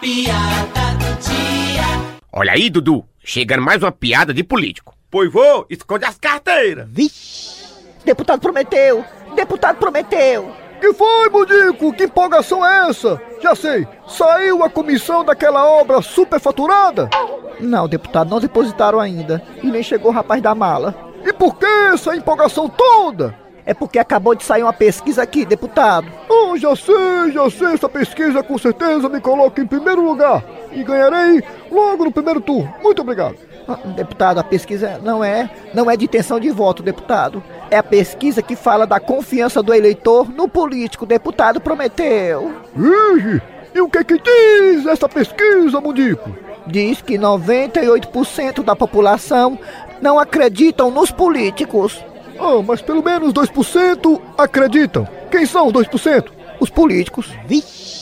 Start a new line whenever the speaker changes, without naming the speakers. piada do dia.
Olha aí, Dudu, chegando mais uma piada de político.
Pois vou, esconde as carteiras.
Vixe! Deputado Prometeu! Deputado Prometeu!
Que foi, Budico? Que empolgação é essa? Já sei, saiu a comissão daquela obra superfaturada?
Não, deputado, não depositaram ainda. E nem chegou o rapaz da mala.
E por que essa empolgação toda?
É porque acabou de sair uma pesquisa aqui, deputado.
Oh, já sei, já sei, essa pesquisa com certeza me coloca em primeiro lugar. E ganharei logo no primeiro turno. Muito obrigado.
Ah, Deputado, a pesquisa não é, não é de intenção de voto, deputado. É a pesquisa que fala da confiança do eleitor no político, deputado Prometeu.
Ixi, e o que que diz essa pesquisa, Mundico?
Diz que 98% da população não acreditam nos políticos.
Ah, mas pelo menos 2% acreditam. Quem são os 2%?
Os políticos. Vixe.